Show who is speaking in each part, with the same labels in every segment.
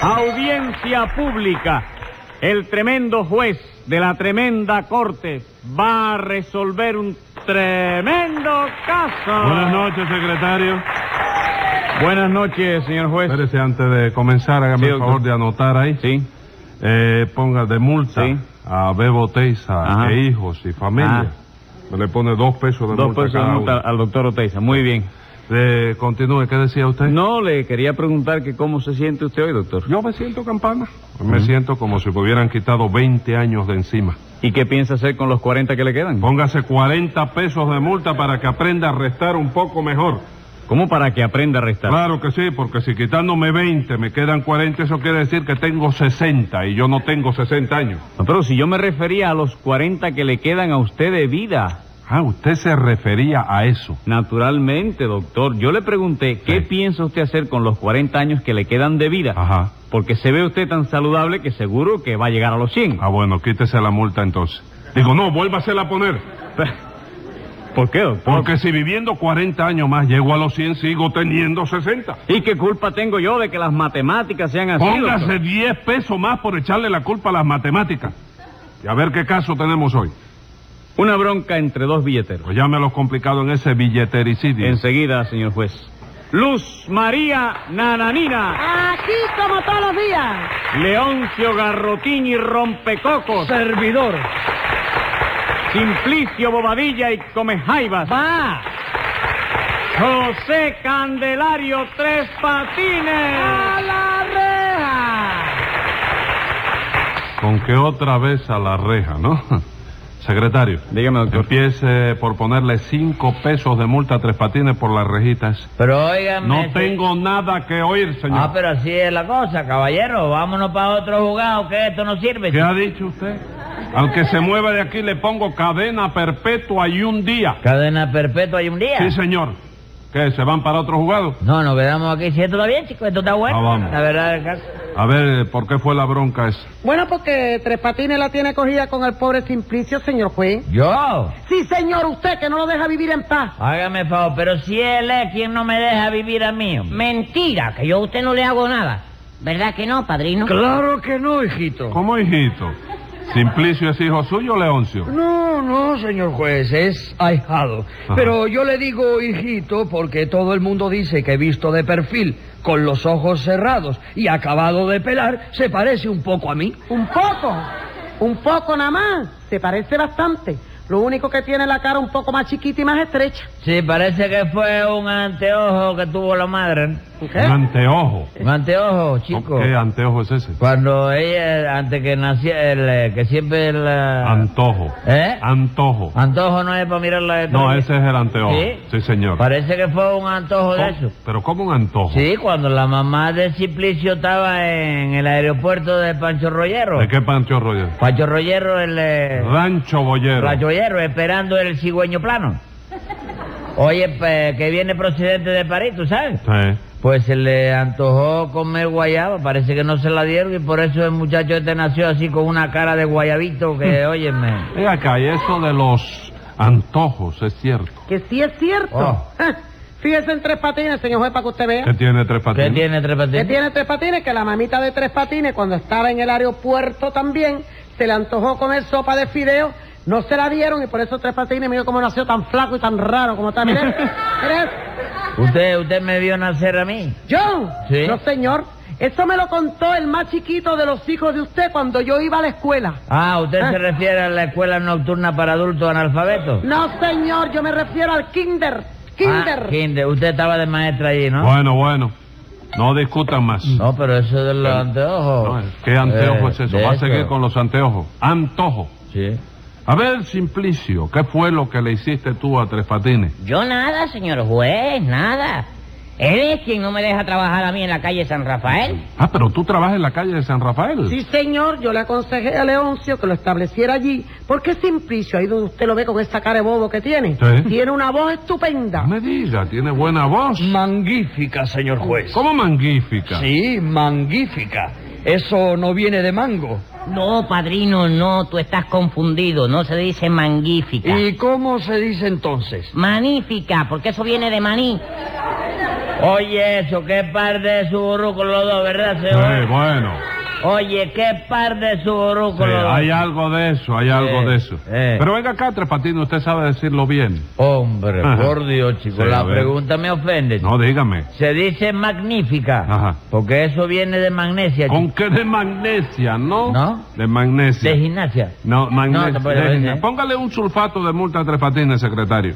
Speaker 1: Audiencia pública. El tremendo juez de la tremenda corte va a resolver un tremendo caso.
Speaker 2: Buenas noches, secretario.
Speaker 1: Buenas noches, señor juez.
Speaker 2: Espérese, antes de comenzar, hágame
Speaker 1: Sí,
Speaker 2: el
Speaker 1: doctor.
Speaker 2: favor de anotar ahí.
Speaker 1: Sí.
Speaker 2: Eh, ponga de multa
Speaker 1: Sí.
Speaker 2: a Bebo Teiza
Speaker 1: Ajá. Ah.
Speaker 2: e hijos y familia. Le pone dos pesos de
Speaker 1: Dos
Speaker 2: multa
Speaker 1: pesos de
Speaker 2: cada
Speaker 1: multa
Speaker 2: uno.
Speaker 1: al doctor Oteiza. Muy bien.
Speaker 2: Eh, continúe, ¿qué decía usted?
Speaker 1: No, le quería preguntar que cómo se siente usted hoy, doctor.
Speaker 2: Yo me siento campana. Me siento como si me hubieran quitado 20 años de encima.
Speaker 1: ¿Y qué piensa hacer con los 40 que le quedan?
Speaker 2: Póngase 40 pesos de multa para que aprenda a restar un poco mejor.
Speaker 1: ¿Cómo para que aprenda a restar?
Speaker 2: Claro que sí, porque si quitándome 20 me quedan 40, eso quiere decir que tengo 60 y yo no tengo 60 años.
Speaker 1: No, pero si yo me refería a los 40 que le quedan a usted de vida.
Speaker 2: Ah, usted se refería a eso.
Speaker 1: Naturalmente, doctor. Yo le pregunté, ¿qué
Speaker 2: Sí. Ah.
Speaker 1: piensa usted hacer con los 40 años que le quedan de vida?
Speaker 2: Ajá.
Speaker 1: Porque se ve usted tan saludable que seguro que va a llegar a los 100.
Speaker 2: Ah, bueno, quítese la multa entonces. Digo, no, vuélvasela a poner.
Speaker 1: ¿Por qué, doctor?
Speaker 2: Porque si viviendo 40 años más llego a los 100, sigo teniendo 60.
Speaker 1: ¿Y qué culpa tengo yo de que las matemáticas sean así?
Speaker 2: Póngase
Speaker 1: doctor?
Speaker 2: 10 pesos más por echarle la culpa a las matemáticas. Y a ver qué caso tenemos hoy.
Speaker 1: Una bronca entre dos billeteros.
Speaker 2: Pues llámelo complicado en ese billetericidio.
Speaker 1: Enseguida, señor juez. Luz María Nananina,
Speaker 3: Aquí como todos los días.
Speaker 1: Leoncio Garrotini Rompecocos,
Speaker 3: Servidor.
Speaker 1: Simplicio Bobadilla y Comejaivas,
Speaker 3: Va.
Speaker 1: José Candelario Tres
Speaker 3: A
Speaker 1: Patines.
Speaker 3: la reja.
Speaker 2: Con que otra vez a la reja, ¿no? Secretario.
Speaker 1: Dígame, doctor.
Speaker 2: Empiece por ponerle 5 pesos de multa a Tres Patines por las rejitas.
Speaker 4: Pero óigame...
Speaker 2: No
Speaker 4: si-
Speaker 2: tengo nada que oír, señor.
Speaker 4: Ah, pero así es la cosa, caballero. Vámonos para otro jugado, que esto no sirve.
Speaker 2: ¿Qué ha dicho usted? Aunque se mueva de aquí, le pongo cadena perpetua y un día.
Speaker 4: Cadena perpetua hay un día.
Speaker 2: Sí, señor. ¿Qué? ¿Se van para otro jugado?
Speaker 4: No, nos quedamos aquí. Si esto está bien, chico, esto está bueno.
Speaker 2: Ah, vamos.
Speaker 4: La verdad del caso.
Speaker 2: A ver, ¿por qué fue la bronca esa?
Speaker 3: Bueno, porque Tres Patines la tiene cogida con el pobre Simplicio, señor juez.
Speaker 4: ¿Yo?
Speaker 3: Sí, señor, usted que no lo deja vivir en paz.
Speaker 4: Hágame favor, pero si él es quien no me deja vivir a mí. hombre.
Speaker 5: Mentira, que yo a usted no le hago nada. ¿Verdad que no, padrino?
Speaker 6: Claro que no, hijito.
Speaker 2: ¿Cómo, hijito? ¿Simplicio es hijo suyo, Leoncio?
Speaker 6: No, no, señor juez, es ahijado.
Speaker 2: Ajá.
Speaker 6: Pero yo le digo hijito porque todo el mundo dice que visto de perfil, con los ojos cerrados y acabado de pelar, se parece un poco a mí.
Speaker 3: Un poco. Un poco nada más. Se parece bastante. Lo único que tiene la cara un poco más chiquita y más estrecha.
Speaker 4: Sí, parece que fue un anteojo que tuvo la madre. ¿no?
Speaker 2: Un anteojo.
Speaker 4: Un anteojo, chico.
Speaker 2: ¿Qué anteojo es ese?
Speaker 4: Cuando ella, antes que naciera, el, eh, que siempre la...
Speaker 2: Antojo.
Speaker 4: ¿Eh?
Speaker 2: Antojo.
Speaker 4: Antojo no es para mirar la...
Speaker 2: No, ese es el anteojo.
Speaker 4: ¿Sí?
Speaker 2: Sí, señor.
Speaker 4: Parece que fue un antojo de eso.
Speaker 2: ¿Pero cómo un antojo?
Speaker 4: Sí, cuando la mamá de Simplicio estaba en el aeropuerto de Pancho Rollero.
Speaker 2: ¿De qué Pancho Roger?
Speaker 4: Pancho Rollero, el... eh,
Speaker 2: Rancho Boyero.
Speaker 4: Pancho Rollero, esperando el cigüeño plano. Oye, pe- que viene procedente de París, ¿tú sabes?
Speaker 2: Sí.
Speaker 4: Pues se le antojó comer guayaba, parece que no se la dieron y por eso el muchacho este nació así con una cara de guayabito que, óyeme...
Speaker 2: Ven acá, y eso de los antojos es cierto.
Speaker 3: Que sí es cierto.
Speaker 4: Oh.
Speaker 3: Ah, Fíjese en Tres Patines, señor juez, para que usted vea.
Speaker 2: ¿Qué tiene Tres Patines?
Speaker 4: ¿Qué tiene tres
Speaker 3: ¿Qué
Speaker 4: patines?
Speaker 3: tiene tres patines? Que la mamita de tres patines, cuando estaba en el aeropuerto también, se le antojó comer sopa de fideo, no se la dieron y por eso tres patines me cómo nació tan flaco y tan raro como está. Mire, mire,
Speaker 4: ¿Usted, ¿Usted me vio nacer a mí?
Speaker 3: yo,
Speaker 4: Sí.
Speaker 3: no señor, eso me lo contó el más chiquito de los hijos de usted cuando yo iba a la escuela.
Speaker 4: Ah, ¿usted
Speaker 3: Ah.
Speaker 4: se refiere a la escuela nocturna para adultos analfabetos?
Speaker 3: No señor, yo me refiero al kinder, kinder.
Speaker 4: Ah, kinder. Usted estaba de maestra allí, ¿no?
Speaker 2: Bueno, bueno. No discutan más.
Speaker 4: No, pero eso de los anteojos.
Speaker 2: No, ¿Qué anteojo
Speaker 4: Eh,
Speaker 2: es eso?
Speaker 4: de
Speaker 2: Va a seguir
Speaker 4: eso.
Speaker 2: con los anteojos. Antojo.
Speaker 4: Sí.
Speaker 2: A ver, Simplicio, ¿qué fue lo que le hiciste tú a Tres Patines?
Speaker 5: Yo nada, señor juez, nada. Él es quien no me deja trabajar a mí en la calle San Rafael.
Speaker 2: Ah, pero tú trabajas en la calle de San Rafael.
Speaker 3: Sí, señor, yo le aconsejé a Leoncio que lo estableciera allí, porque Simplicio, ahí donde usted lo ve con esa cara de bobo que tiene,
Speaker 2: Sí.
Speaker 3: tiene una voz estupenda.
Speaker 2: No me diga, tiene buena voz.
Speaker 6: Magnífica, señor juez.
Speaker 2: ¿Cómo magnífica?
Speaker 6: Sí, magnífica. Eso no viene de mango.
Speaker 5: No, padrino, no, tú estás confundido. No se dice magnífica.
Speaker 6: ¿Y cómo se dice entonces?
Speaker 5: Magnífica, porque eso viene de maní.
Speaker 4: Oye, eso, qué par de suburucos los dos, ¿verdad,
Speaker 2: Eh,
Speaker 4: señor?
Speaker 2: bueno,
Speaker 4: Oye, qué par de suburucos
Speaker 2: sí,
Speaker 4: los dos.
Speaker 2: hay algo de eso, hay algo de eso.
Speaker 4: eh.
Speaker 2: Pero venga acá, Tres Patines, usted sabe decirlo bien.
Speaker 4: Hombre,
Speaker 2: Ajá.
Speaker 4: por Dios, chico,
Speaker 2: Sí, a
Speaker 4: la
Speaker 2: ver.
Speaker 4: pregunta me ofende. chico.
Speaker 2: No, dígame.
Speaker 4: Se dice magnífica,
Speaker 2: Ajá.
Speaker 4: porque eso viene de magnesia,
Speaker 2: ¿Con
Speaker 4: chico.
Speaker 2: qué de magnesia, no?
Speaker 4: Eh, ¿No.
Speaker 2: De magnesia.
Speaker 4: de gimnasia.
Speaker 2: No, magnesio.
Speaker 4: No, te puede
Speaker 2: de
Speaker 4: ver,
Speaker 2: gimna-
Speaker 4: ¿eh?
Speaker 2: Póngale un sulfato de multa a Tres Patines, secretario.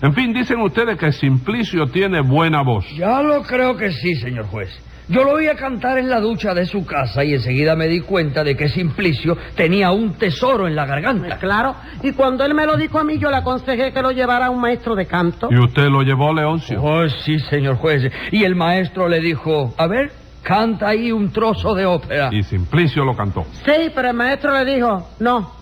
Speaker 2: En fin, dicen ustedes que Simplicio tiene buena voz.
Speaker 7: Ya lo creo que sí, señor juez. Yo lo oía cantar en la ducha de su casa y enseguida me di cuenta de que Simplicio tenía un tesoro en la garganta.
Speaker 3: Claro, y cuando él me lo dijo a mí, yo le aconsejé que lo llevara a un maestro de canto.
Speaker 2: ¿Y usted lo llevó, Leoncio?
Speaker 7: Oh, sí, señor juez. Y el maestro le dijo, a ver, canta ahí un trozo de ópera.
Speaker 2: Y Simplicio lo cantó.
Speaker 3: Sí, pero el maestro le dijo, no,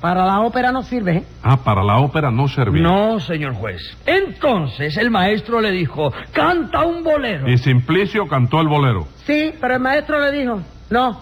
Speaker 3: para la ópera no sirve. ¿eh?
Speaker 2: Ah, para la ópera no servía.
Speaker 7: No, señor juez. Entonces el maestro le dijo, canta un bolero.
Speaker 2: Y Simplicio cantó el bolero.
Speaker 3: Sí, pero el maestro le dijo, no,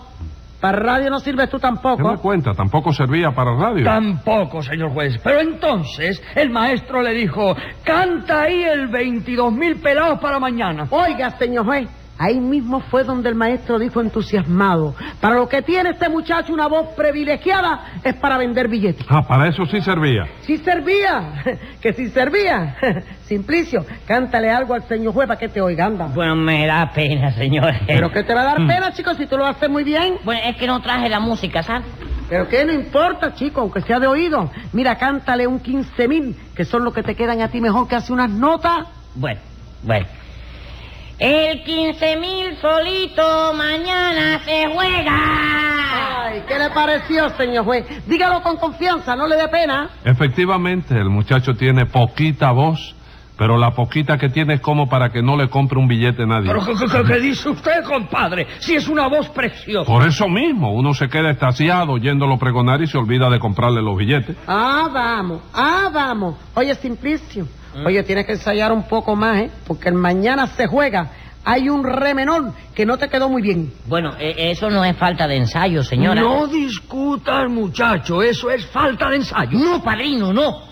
Speaker 3: para radio no sirves tú
Speaker 2: ¿Qué me
Speaker 3: tampoco.
Speaker 2: cuenta? Tampoco servía para radio.
Speaker 7: Tampoco, señor juez. Pero entonces el maestro le dijo, canta ahí el 22 mil pelados para mañana.
Speaker 3: Oiga, señor juez, ahí mismo fue donde el maestro dijo entusiasmado, para lo que tiene este muchacho una voz privilegiada es para vender billetes.
Speaker 2: Ah, para eso sí servía.
Speaker 3: Sí servía, que sí servía. Simplicio, cántale algo al señor juez para que te oiga, anda.
Speaker 8: Bueno, me da pena, señor.
Speaker 3: Pero que te va a dar pena, chico, si tú lo haces muy bien.
Speaker 8: Bueno, es que no traje la música, ¿sabes?
Speaker 3: Pero que no importa, chico, aunque sea de oído. Mira, cántale un 15 mil, que son los que te quedan a ti mejor que hace unas notas.
Speaker 8: Bueno, bueno. El 15 mil solito mañana se
Speaker 4: Ah.
Speaker 8: juega.
Speaker 3: Ay, ¿qué le pareció, señor juez? Dígalo con confianza, no le dé pena.
Speaker 2: Efectivamente, el muchacho tiene poquita voz, pero la poquita que tiene es como para que no le compre un billete a nadie.
Speaker 7: Pero ¿qué, qué- qué- qué dice usted, compadre? Si es una voz preciosa.
Speaker 2: Por eso mismo, uno se queda extasiado yéndolo pregonar y se olvida de comprarle los billetes.
Speaker 3: Ah, vamos, ah, vamos. Oye, Simplicio,
Speaker 7: Ah.
Speaker 3: oye, tienes que ensayar un poco más, ¿eh? Porque el mañana se juega. Hay un re menor que no te quedó muy bien.
Speaker 8: Bueno, eh, eso no es falta de ensayo, señora.
Speaker 7: No discutan, muchacho, eso es falta de ensayo.
Speaker 8: No, padrino, no.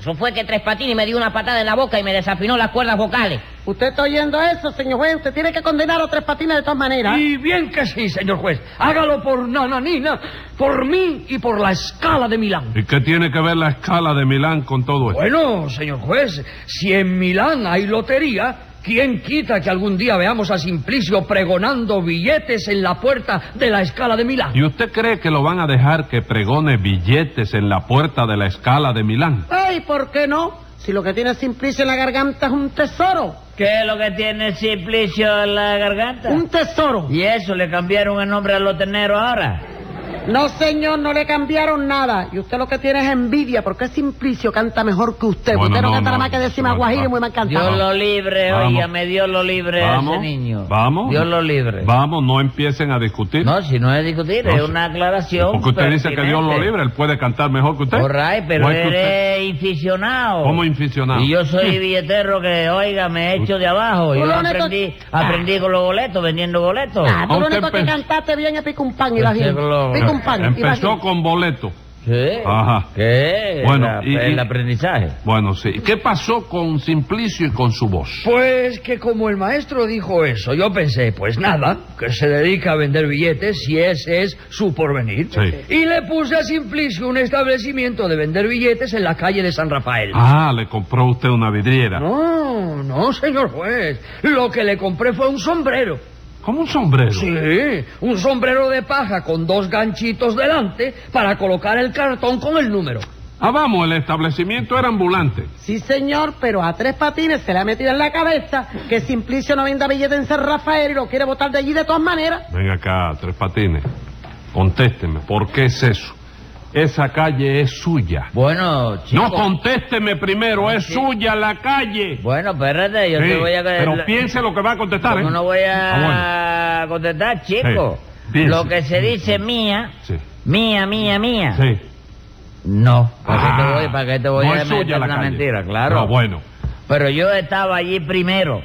Speaker 8: Eso fue que Tres Patines me dio una patada en la boca y me desafinó las cuerdas vocales.
Speaker 3: ¿Usted está oyendo eso, señor juez? Usted tiene que condenar a tres patines de todas maneras.
Speaker 7: Y bien que sí, señor juez. Hágalo por Nananina, por mí y por la escala de Milán.
Speaker 2: ¿Y qué tiene que ver la escala de Milán con todo esto?
Speaker 7: Bueno, señor juez, si en Milán hay lotería, ¿quién quita que algún día veamos a Simplicio pregonando billetes en la puerta de la escala de Milán?
Speaker 2: ¿Y usted cree que lo van a dejar que pregone billetes en la puerta de la escala de Milán?
Speaker 3: Ay, ¿por qué no? Si lo que tiene Simplicio en la garganta es un tesoro.
Speaker 4: ¿Qué es lo que tiene Simplicio en la garganta?
Speaker 3: Un tesoro.
Speaker 4: ¿Y eso le cambiaron el nombre al lotenero ahora?
Speaker 3: No, señor, no le cambiaron nada. Y usted lo que tiene es envidia, porque Simplicio canta mejor que usted.
Speaker 2: Bueno,
Speaker 3: usted no,
Speaker 2: no,
Speaker 3: canta
Speaker 2: no,
Speaker 3: nada más que decima
Speaker 2: no,
Speaker 3: guajira y
Speaker 2: no.
Speaker 3: muy mal cantado.
Speaker 4: Dios lo libre,
Speaker 2: Vamos.
Speaker 4: oiga, me Dios lo libre a
Speaker 2: Vamos,
Speaker 4: ese niño.
Speaker 2: vamos.
Speaker 4: Dios lo libre.
Speaker 2: Vamos, no empiecen a discutir.
Speaker 4: No, si no es discutir,
Speaker 2: No,
Speaker 4: es
Speaker 2: sí.
Speaker 4: una aclaración.
Speaker 2: Porque usted dice que Dios lo
Speaker 4: pertinente.
Speaker 2: libre, él puede cantar mejor que usted.
Speaker 4: All right, pero
Speaker 2: ¿O es que usted-
Speaker 4: eres inficionado.
Speaker 2: ¿Cómo inficionado?
Speaker 4: Y yo soy billetero que, oiga, me he hecho de abajo. Yo
Speaker 3: Tú lo único-
Speaker 4: aprendí, aprendí con los boletos, vendiendo boletos.
Speaker 3: Ah, tú
Speaker 2: Aún
Speaker 3: lo
Speaker 2: te
Speaker 3: único que
Speaker 2: empe-
Speaker 3: cantaste bien es pica un pan y vas
Speaker 4: Ese
Speaker 3: bien.
Speaker 4: globo.
Speaker 3: Pica un pan. y vas
Speaker 2: Eh, Empezó
Speaker 3: bien.
Speaker 2: con boleto.
Speaker 4: Sí.
Speaker 2: Ajá.
Speaker 4: ¿Qué?
Speaker 2: Bueno,
Speaker 4: La-
Speaker 2: y- y-
Speaker 4: el aprendizaje.
Speaker 2: Bueno, sí. ¿Qué pasó con Simplicio y con su voz?
Speaker 7: Pues que como el maestro dijo eso, yo pensé, pues nada, que se dedica a vender billetes si ese es su porvenir.
Speaker 2: Sí.
Speaker 7: Y le puse a Simplicio un establecimiento de vender billetes en la calle de San Rafael.
Speaker 2: Ah, le compró usted una vidriera.
Speaker 7: No, no, señor juez. Lo que le compré fue un sombrero.
Speaker 2: Como un sombrero.
Speaker 7: Sí, un sombrero de paja con dos ganchitos delante para colocar el cartón con el número.
Speaker 2: Ah, vamos, el establecimiento era ambulante.
Speaker 3: Sí, señor, pero a tres patines se le ha metido en la cabeza que Simplicio no venda billetes en San Rafael y lo quiere botar de allí de todas maneras.
Speaker 2: Ven acá, Tres Patines. Contésteme, ¿por qué es eso? Esa calle es suya.
Speaker 4: Bueno, chico.
Speaker 2: No, contésteme primero, es suya la calle.
Speaker 4: Bueno, espérate, yo
Speaker 2: Sí,
Speaker 4: te voy a...
Speaker 2: pero piense lo que va a contestar, ¿eh?
Speaker 4: Yo no voy
Speaker 2: Ah,
Speaker 4: a contestar, chico.
Speaker 2: Sí, piense.
Speaker 4: Lo que se dice mía,
Speaker 2: bueno. Sí,
Speaker 4: mía, mía, mía.
Speaker 2: sí.
Speaker 4: No, ¿para qué
Speaker 2: Ah,
Speaker 4: te voy, para qué te voy
Speaker 2: no
Speaker 4: a
Speaker 2: es suya
Speaker 4: meter
Speaker 2: la
Speaker 4: una
Speaker 2: calle.
Speaker 4: mentira? Claro.
Speaker 2: No, bueno.
Speaker 4: Pero yo estaba allí primero.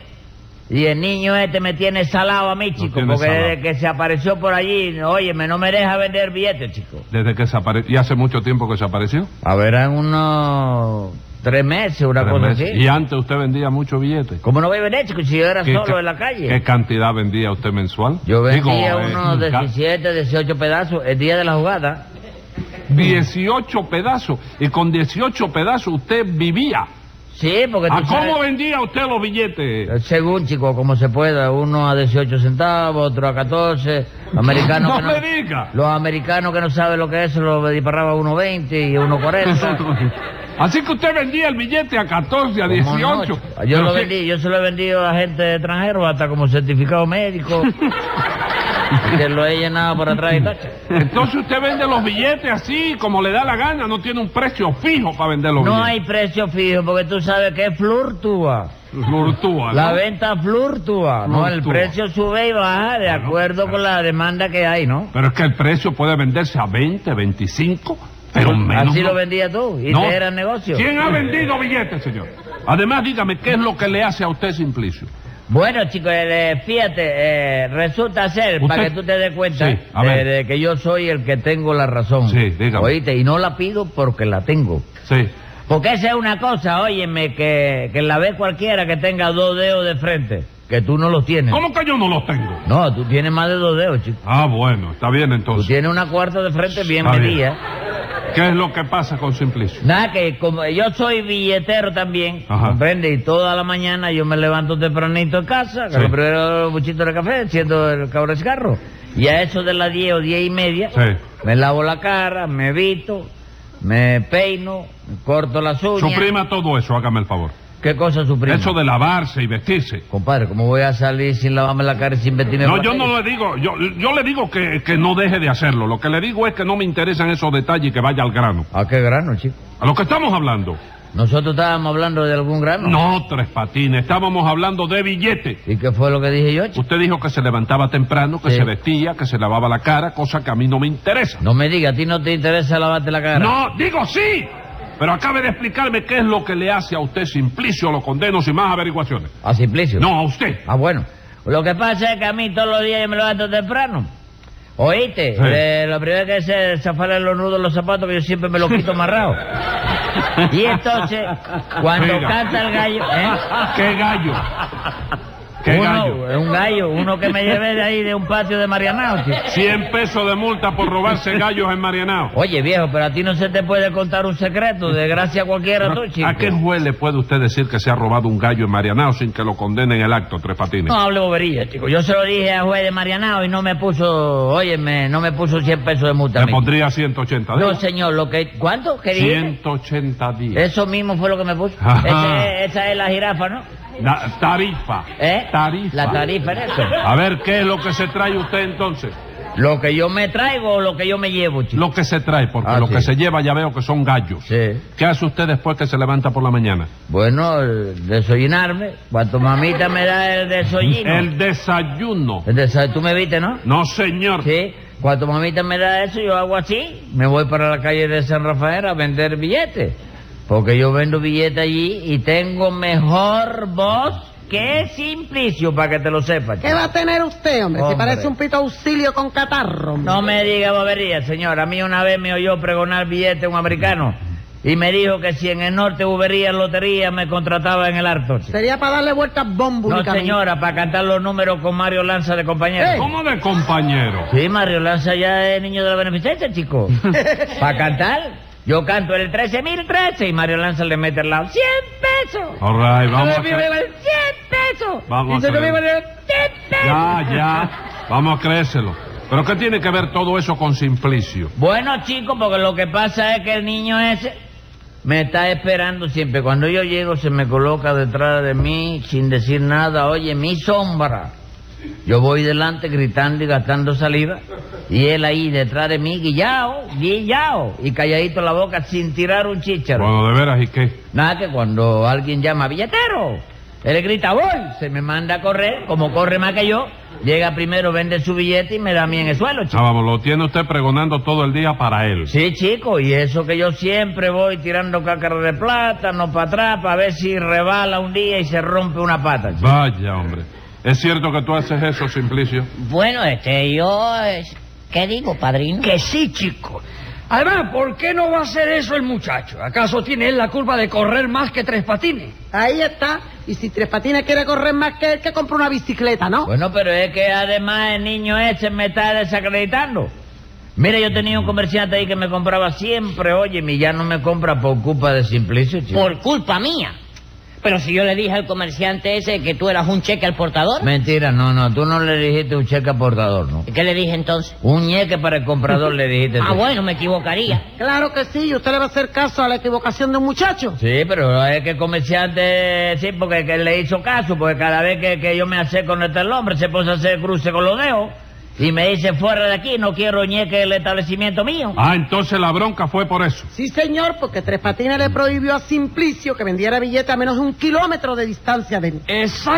Speaker 4: Y el niño este me tiene salado a mí, chico,
Speaker 2: tiene
Speaker 4: porque
Speaker 2: salado.
Speaker 4: desde que se apareció por allí, óyeme, no me deja vender billetes, chico.
Speaker 2: Desde que se apare- ¿Y hace mucho tiempo que se apareció?
Speaker 4: A ver, en unos
Speaker 7: tres meses, una
Speaker 2: Tres
Speaker 7: cosa
Speaker 2: meses.
Speaker 7: así.
Speaker 2: Y antes usted vendía mucho billete.
Speaker 7: ¿Cómo no vive en Eh, chico, si yo era
Speaker 2: ¿Qué
Speaker 7: solo
Speaker 2: ca-
Speaker 7: en la calle?
Speaker 2: ¿Qué cantidad vendía usted mensual?
Speaker 7: Yo vendía
Speaker 2: Digo, eh,
Speaker 7: unos
Speaker 2: ca-
Speaker 7: 17, 18 pedazos el día de la jugada. Mm.
Speaker 2: 18 pedazos. Y con 18 pedazos usted vivía.
Speaker 7: Sí, porque tú
Speaker 2: ¿A
Speaker 7: sabes-
Speaker 2: cómo vendía usted los
Speaker 7: Eh,
Speaker 2: billetes?
Speaker 7: Según, chico, como se pueda. Uno a 18 centavos, otro a 14. Americanos
Speaker 2: No
Speaker 7: que
Speaker 2: me diga.
Speaker 7: Los americanos que no saben lo que es, lo disparraba a 1.20 y 1.40.
Speaker 2: Así que usted vendía el billete a 14, a
Speaker 7: ¿Cómo
Speaker 2: 18.
Speaker 7: no, chico?
Speaker 2: Pero
Speaker 7: Yo, lo
Speaker 2: sí-
Speaker 7: vendí, yo se lo he vendido a gente extranjero, hasta como certificado médico. que lo he llenado por atrás y tal.
Speaker 2: Entonces usted vende los billetes así como le da la gana, no tiene un precio fijo para vender los
Speaker 7: No
Speaker 2: billetes.
Speaker 7: hay precio fijo, porque tú sabes que es fluctúa.
Speaker 2: Fluctúa,
Speaker 7: La
Speaker 2: ¿no?
Speaker 7: venta fluctúa, ¿no? El
Speaker 2: Fluctúa.
Speaker 7: precio sube y baja de
Speaker 2: Bueno,
Speaker 7: acuerdo con la demanda que hay, ¿no?
Speaker 2: Pero es que el precio puede venderse a 20, 25, pero menos.
Speaker 7: Así lo
Speaker 2: no.
Speaker 7: vendía tú, y
Speaker 2: No.
Speaker 7: te era negocio.
Speaker 2: ¿Quién ha vendido billetes, señor? Además, dígame, ¿qué es lo que le hace a usted Simplicio?
Speaker 7: Bueno, chicos, eh, eh, fíjate, eh, resulta ser,
Speaker 2: ¿Usted?
Speaker 7: para que tú te des cuenta,
Speaker 2: Sí, a ver.
Speaker 7: eh, de que yo soy el que tengo la razón.
Speaker 2: Sí, dígame.
Speaker 7: Oíste, y no la pido porque la tengo.
Speaker 2: Sí.
Speaker 7: Porque esa es una cosa, óyeme, que, que la ve cualquiera que tenga dos dedos de frente, que tú no los tienes.
Speaker 2: ¿Cómo que yo no los tengo?
Speaker 7: No, tú tienes más de dos dedos, chico.
Speaker 2: Ah, bueno, está bien
Speaker 7: Tú
Speaker 2: entonces.
Speaker 7: tienes una cuarta de frente bien
Speaker 2: Está bien.
Speaker 7: medida.
Speaker 2: ¿Qué es lo que pasa con Simplicio?
Speaker 7: Nada, que como yo soy billetero también,
Speaker 2: Ajá.
Speaker 7: comprende, y toda la mañana yo me levanto tempranito en casa, que
Speaker 2: Sí.
Speaker 7: lo primero los buchitos de café, siendo el cabro de cigarro. Y a eso de las 10 o 10 y media,
Speaker 2: Sí.
Speaker 7: me lavo la cara, me visto, me peino, corto las uñas.
Speaker 2: Suprima todo eso, hágame el favor.
Speaker 7: ¿Qué cosa suprima?
Speaker 2: Eso de lavarse y vestirse.
Speaker 7: Compadre, ¿cómo voy a salir sin lavarme la cara y sin vestirme?
Speaker 2: No,
Speaker 7: por la
Speaker 2: yo no
Speaker 7: calle?
Speaker 2: le digo, yo, yo le digo que, que no deje de hacerlo. Lo que le digo es que no me interesan esos detalles y que vaya al grano.
Speaker 7: ¿A qué grano, chico?
Speaker 2: A lo que estamos hablando.
Speaker 7: Nosotros estábamos hablando de algún grano.
Speaker 2: No, tres patines, estábamos hablando de billetes.
Speaker 7: ¿Y qué fue lo que dije yo, chico?
Speaker 2: Usted dijo que se levantaba temprano, que
Speaker 7: Sí.
Speaker 2: se vestía, que se lavaba la cara, cosa que a mí no me interesa.
Speaker 7: No me digas, ¿a ti no te interesa lavarte la cara?
Speaker 2: No, digo sí. Pero acabe de explicarme qué es lo que le hace a usted Simplicio, lo condeno sin más averiguaciones.
Speaker 7: ¿A Simplicio?
Speaker 2: No, a usted.
Speaker 7: Ah, bueno. Lo que pasa es que a mí todos los días yo me levanto temprano. ¿Oíste?
Speaker 2: Sí.
Speaker 7: Eh, lo primero que hice es zafarle los nudos de los zapatos, que yo siempre me los quito amarrados. Y entonces, cuando
Speaker 2: Oiga.
Speaker 7: canta el gallo... ¿eh?
Speaker 2: ¡Qué gallo! ¡Qué
Speaker 7: uno,
Speaker 2: gallo!
Speaker 7: eh, Un gallo, uno que me llevé de ahí de un patio de Marianao. chico.
Speaker 2: 100 pesos de multa por robarse gallos en Marianao.
Speaker 7: Oye, viejo, pero a ti no se te puede contar un secreto. Desgracia cualquiera tú, chico.
Speaker 2: ¿A qué juez le puede usted decir que se ha robado un gallo en Marianao sin que lo condenen el acto, Tres Patines?
Speaker 7: No hable bobería, chico. Yo se lo dije al juez de Marianao y no me puso... Óyeme, no me puso 100 pesos de multa. a
Speaker 2: Le
Speaker 7: mí.
Speaker 2: pondría 180
Speaker 7: No,
Speaker 2: días.
Speaker 7: señor, lo que... ¿Cuánto? ¿Qué dijiste?
Speaker 2: 180 días.
Speaker 7: Eso mismo fue lo que me puso.
Speaker 2: Ajá.
Speaker 7: Ese- esa es la jirafa, ¿no?
Speaker 2: La tarifa.
Speaker 7: ¿Eh?
Speaker 2: Tarifa.
Speaker 7: La tarifa en eso.
Speaker 2: A ver, ¿qué es lo que se trae usted entonces?
Speaker 7: Lo que yo me traigo o lo que yo me llevo, chico.
Speaker 2: Lo que se trae, porque
Speaker 7: Ah,
Speaker 2: lo
Speaker 7: sí.
Speaker 2: que se lleva ya veo que son gallos.
Speaker 7: Sí.
Speaker 2: ¿Qué hace usted después que se levanta por la mañana?
Speaker 7: Bueno, el desayunarme. Cuando mamita me da el desayuno.
Speaker 2: El desayuno.
Speaker 7: El desa- Tú me viste, ¿no?
Speaker 2: No, señor.
Speaker 7: Sí. Cuando mamita me da eso, yo hago así. Me voy para la calle de San Rafael a vender billetes. Porque yo vendo billetes allí y tengo mejor voz que Simplicio, para que te lo sepas.
Speaker 3: ¿Qué va a tener usted, hombre? Si
Speaker 7: Hombre.
Speaker 3: parece un pito auxilio con catarro. hombre.
Speaker 7: No me diga bobería, señor. A mí una vez me oyó pregonar billete un americano y me dijo que si en el norte hubiera lotería me contrataba en el harto.
Speaker 3: Sería para darle vueltas bombo
Speaker 7: No,
Speaker 3: únicamente.
Speaker 7: señora, para cantar los números con Mario Lanza de compañero.
Speaker 2: ¿Cómo de compañero?
Speaker 7: Sí, Mario Lanza ya es niño de la beneficencia, chico. para cantar, yo canto el 13.013 y Mario Lanza le mete al lado 100 pesos.
Speaker 2: All right, vamos a
Speaker 7: Y yo le
Speaker 2: creer.
Speaker 7: digo, 100 pesos.
Speaker 2: Vamos
Speaker 7: y yo
Speaker 2: a
Speaker 7: le digo,
Speaker 2: creer.
Speaker 7: 100 pesos.
Speaker 2: Ya, ya. Vamos a creérselo. ¿Pero qué tiene que ver todo eso con Simplicio?
Speaker 7: Bueno, chicos, porque lo que pasa es que el niño ese me está esperando siempre. Cuando yo llego, se me coloca detrás de mí sin decir nada. Oye, mi sombra. Yo voy delante gritando y gastando saliva. Y él ahí detrás de mí, guillao, guillao. Y calladito la boca sin tirar un chícharo.
Speaker 2: Bueno, de veras, ¿y qué?
Speaker 7: Nada que cuando alguien llama billetero, él grita voy, se me manda a correr, como corre más que yo, llega primero, vende su billete y me da a mí en el suelo, chico.
Speaker 2: Ah, vamos, lo tiene usted pregonando todo el día para él.
Speaker 7: Sí, chico, y eso que yo siempre voy tirando cácara de plátano para atrás para ver si rebala un día y se rompe una pata. chico.
Speaker 2: Vaya, hombre. ¿Es cierto que tú haces eso, Simplicio?
Speaker 4: Bueno, este, yo... eh, ¿Qué digo, padrino?
Speaker 7: Que sí, chico.
Speaker 6: Además, ¿por qué no va a hacer eso el muchacho? ¿Acaso tiene él la culpa de correr más que tres patines?
Speaker 3: Ahí está. Y si Tres Patines quiere correr más que él, que compre una bicicleta, ¿no?
Speaker 7: Bueno, pero es que además el niño ese me está desacreditando. Mira, yo tenía un comerciante ahí que me compraba siempre, oye, mi ya no me compra por culpa de Simplicity.
Speaker 4: Por culpa mía. Pero si yo le dije al comerciante ese que tú eras un cheque al portador,
Speaker 7: Mentira, no, no, tú no le dijiste un cheque aportador, ¿no?
Speaker 4: ¿qué le dije entonces?
Speaker 7: Un ñeque para el comprador le dijiste.
Speaker 4: Ah,
Speaker 7: tú.
Speaker 4: bueno, me equivocaría.
Speaker 3: Claro que sí. ¿Y usted le va a hacer caso a la equivocación de un muchacho?
Speaker 7: Sí, pero es que el comerciante, sí, porque que le hizo caso, porque cada vez que, que yo me acerco con este hombre se puso a hacer cruce con los dedos y me dice fuera de aquí, no quiero ñeque el establecimiento mío.
Speaker 2: Ah, entonces la bronca fue por eso.
Speaker 3: Sí, señor, porque Tres Patines le prohibió a Simplicio que vendiera billetes a menos de un kilómetro de distancia de él.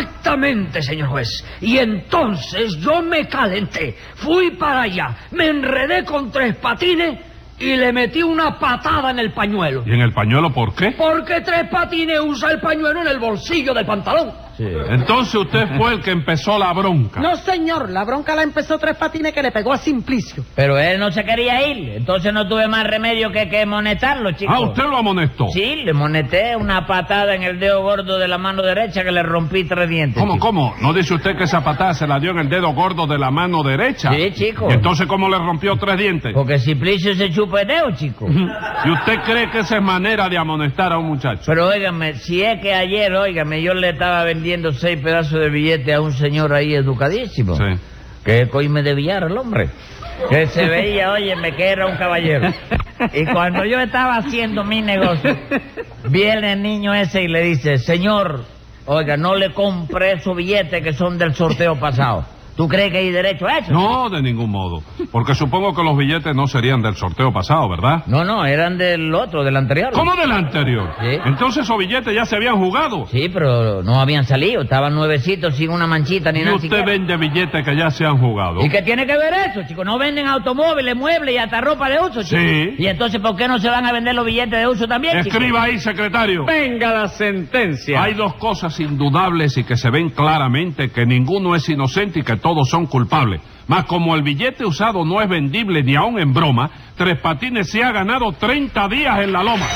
Speaker 6: Exactamente, señor juez. Y entonces yo me calenté, fui para allá, me enredé con tres patines y le metí una patada en el pañuelo.
Speaker 2: ¿Y en el pañuelo por qué?
Speaker 6: Porque tres patines usa el pañuelo en el bolsillo del pantalón.
Speaker 7: Sí.
Speaker 2: Entonces usted fue el que empezó la bronca. Ah,
Speaker 3: No, señor. La bronca la empezó Tres Patines que le pegó a Simplicio.
Speaker 7: Pero él no se quería ir, entonces no tuve más remedio que, que monetarlo, chicos.
Speaker 2: ah, usted lo amonestó.
Speaker 7: Sí, le moneté una patada en el dedo gordo de la mano derecha que le rompí tres dientes.
Speaker 2: ¿Cómo,
Speaker 7: chico.
Speaker 2: cómo? ¿No dice usted que esa patada se la dio en el dedo gordo de la mano derecha?
Speaker 7: Sí, chico.
Speaker 2: ¿Y entonces cómo le rompió tres dientes?
Speaker 7: Porque Simplicio se chupa el dedo, chico.
Speaker 2: ¿Y usted cree que esa es manera de amonestar a un muchacho?
Speaker 7: Pero óigame, si es que ayer, óigame, yo le estaba vendiendo seis pedazos de billete a un señor ahí educadísimo.
Speaker 2: Sí.
Speaker 7: Que es coime de billar el hombre. Que se veía, óyeme, que era un caballero. Y cuando yo estaba haciendo mi negocio, viene el niño ese y le dice, señor, oiga, no le compre esos billetes que son del sorteo pasado. ¿Tú crees que hay derecho a eso?
Speaker 2: No, de ningún modo. Porque supongo que los billetes no serían del sorteo pasado, ¿verdad?
Speaker 7: No, no, eran del otro, del anterior.
Speaker 2: ¿Cómo del anterior?
Speaker 7: Sí.
Speaker 2: Entonces esos billetes ya se habían jugado.
Speaker 7: Sí, pero no habían salido, estaban nuevecitos sin una manchita
Speaker 2: Y
Speaker 7: ni nada.
Speaker 2: usted
Speaker 7: siquiera.
Speaker 2: vende billetes que ya se han jugado.
Speaker 7: ¿Y qué tiene que ver eso, chicos? No venden automóviles, muebles y hasta ropa de uso, chicos.
Speaker 2: Sí.
Speaker 7: ¿Y entonces por qué no se van a vender los billetes de uso también, chicos?
Speaker 2: Escriba ahí, secretario.
Speaker 1: Venga la sentencia.
Speaker 2: Hay dos cosas indudables y que se ven claramente que ninguno es inocente y que todos son culpables. Mas como el billete usado no es vendible ni aun en broma, Tres Patines se ha ganado 30 días en la loma.